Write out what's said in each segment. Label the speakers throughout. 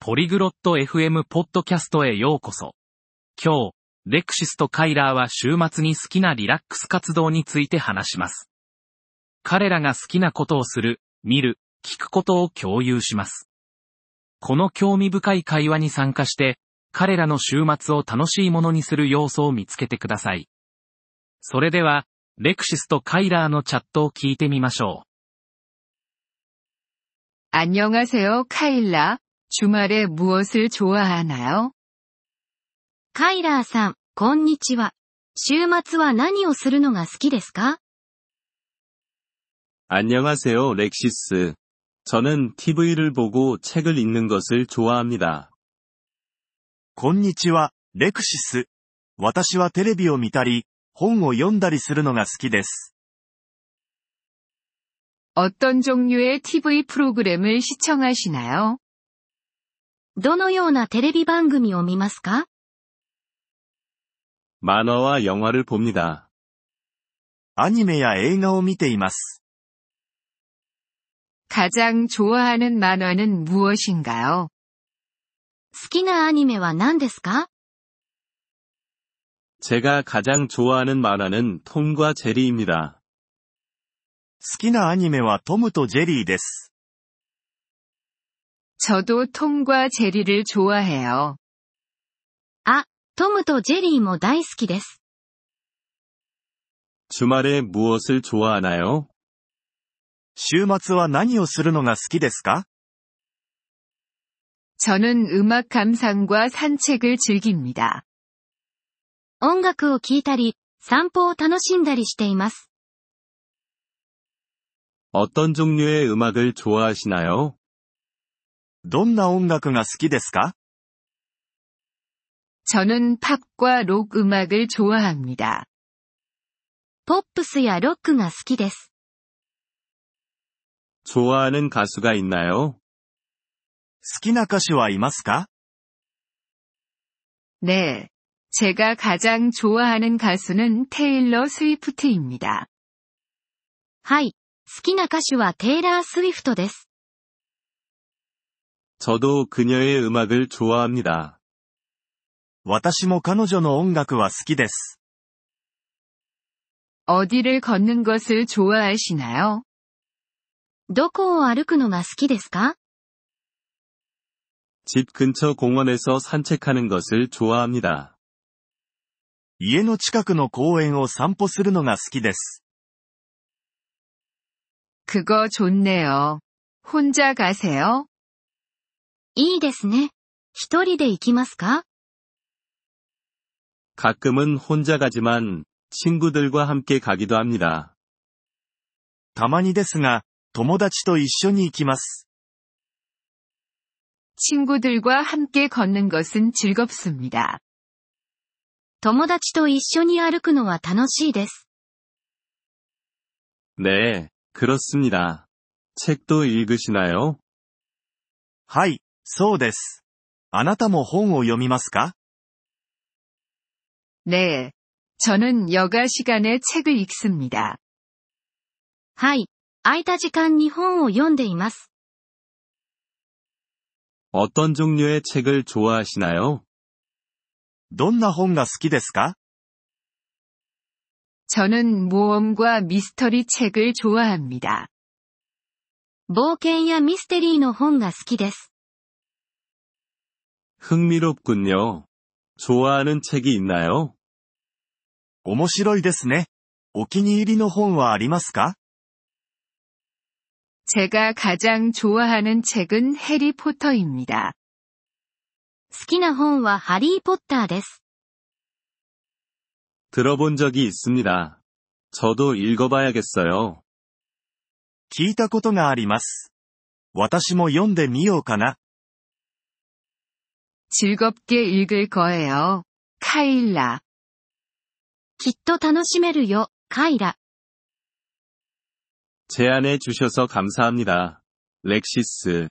Speaker 1: ポリグロット FM ポッドキャストへようこそ。今日、レクシスとカイラーは週末に好きなリラックス活動について話します。彼らが好きなことをする、見る、聞くことを共有します。この興味深い会話に参加して、彼らの週末を楽しいものにする要素を見つけてください。それでは、レクシスとカイラーのチャットを聞いてみましょ
Speaker 2: 안녕하세요, 카일라. 주말에 무엇을 좋아하나요?
Speaker 3: カイラーさん、こんにちは。週末は何をするのが好きですか
Speaker 4: 안녕하세요, 렉시스. 저는 TV를 보고 책을 읽는 것을 좋아합니다.
Speaker 5: こんにちは、レクシス。私はテレビを見たり、本を読んだりするのが好きです。
Speaker 2: 어떤 종류의 TV 프로그램을 시청하시나요?
Speaker 3: どのようなテレビ番組を見ますか
Speaker 4: 만화와 영화를 봅니다.
Speaker 5: アニメや映画を見ています。
Speaker 2: 가장 좋아하는 만화는 무엇인가요?
Speaker 3: 好きなアニメは何ですか
Speaker 4: 제가 가장 좋아하는 만화는 톰과 제리입니다.
Speaker 5: 好きなアニメはトムとジェリーです。
Speaker 2: 저도 톰과 제리를 좋아해요.
Speaker 3: トムとジェリーも大好きです。
Speaker 4: 주말에 무엇을 좋아하나요?
Speaker 5: 週末は何をするのが好きですか
Speaker 2: 저는 음악 감상과 산책을 즐깁니다.
Speaker 3: 音楽を聴いたり、散歩を楽しんだりしています。
Speaker 4: 어떤 종류의 음악을 좋아하시나요?
Speaker 5: どんな音楽が好きですか
Speaker 2: 저는 팝과 록 음악을 좋아합니다.
Speaker 3: ポップスやロックが好きです。
Speaker 4: 좋아하는 가수가 있나요?
Speaker 5: 好きな歌手はいますか
Speaker 2: 네. 제가 가장 좋아하는 가수는 테일러 스위프트입니다.
Speaker 3: はい。好きな歌手はテイラー・スウィフトです。
Speaker 4: 저도 그녀의 음악을 좋아합니다.
Speaker 5: 私も彼女の音楽は好きです。
Speaker 2: 어디를 걷는 것을 좋아하시나요?
Speaker 3: どこを歩くのが好きですか
Speaker 4: 집 근처 공원에서 산책하는 것을 좋아합니다.
Speaker 5: 家の近くの公園を散歩するのが好きです。
Speaker 2: 그거 좋네요. 혼자 가세요?
Speaker 3: いいですね。一人で行きますか
Speaker 4: 가끔은 혼자 가지만 친구들과 함께 가기도 합니다.
Speaker 5: たまにですが、友達と一緒に行きます。
Speaker 2: 친구들과 함께 걷는 것은 즐겁습니다.
Speaker 3: 友達と一緒に歩くのは楽しいです。
Speaker 4: 네, 그렇습니다. 책도 읽으시나요?
Speaker 5: はい、そうです。あなたも本を読みますか
Speaker 2: 네. 저는 여가 시간에 책을 읽습니다.
Speaker 3: はい。空いた時間に本を読んでいます。
Speaker 4: 어떤 종류의 책을 좋아하시나요?
Speaker 5: どんな本が好きですか
Speaker 2: 저는 모험과 미스터리 책을 좋아합니다.
Speaker 3: 冒険やミステリーの本が好きです。
Speaker 4: 흥미롭군요. 좋아하는 책이 있나요?
Speaker 5: 面白いですね。お気に入りの本はありますか
Speaker 2: 제가 가장 좋아하는 책은 해리포터입니다.
Speaker 3: 好きな本はハリーポッターです。
Speaker 4: 들어본 적이 있습니다. 저도 읽어봐야겠어요.
Speaker 5: 聞いたことがあります。私も読んでみようかな。
Speaker 2: 즐겁게 읽을 거예요. 카일라.
Speaker 3: きっと楽しめるよ、カイラ。
Speaker 4: 제안해 주셔서 감사합니다. 렉시스.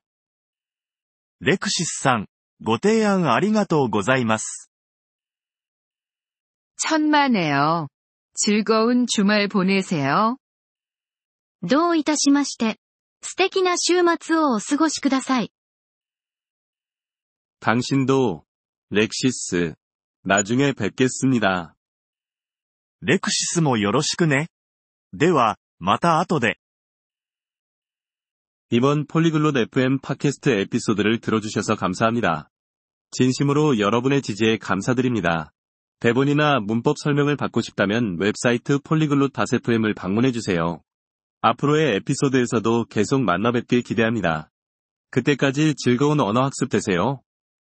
Speaker 5: レクシスさん、ご提案ありがとうございます。
Speaker 2: 천만에요. 즐거운 주말 보내세요.
Speaker 3: どういたしまして。素敵な週末をお過ごしください。
Speaker 4: 당신도 렉시스 나중에 뵙겠습니다.
Speaker 5: レクシスもよろしくね。では、また後で。
Speaker 4: 이번 폴리글롯 FM 팟캐스트 에피소드를 들어주셔서 감사합니다. 진심으로 여러분의 지지에 감사드립니다. 대본이나 문법 설명을 받고 싶다면 웹사이트 폴리글롯 FM을 방문해주세요. 앞으로의 에피소드에서도 계속 만나뵙길 기대합니다. 그때까지 즐거운 언어 학습 되세요.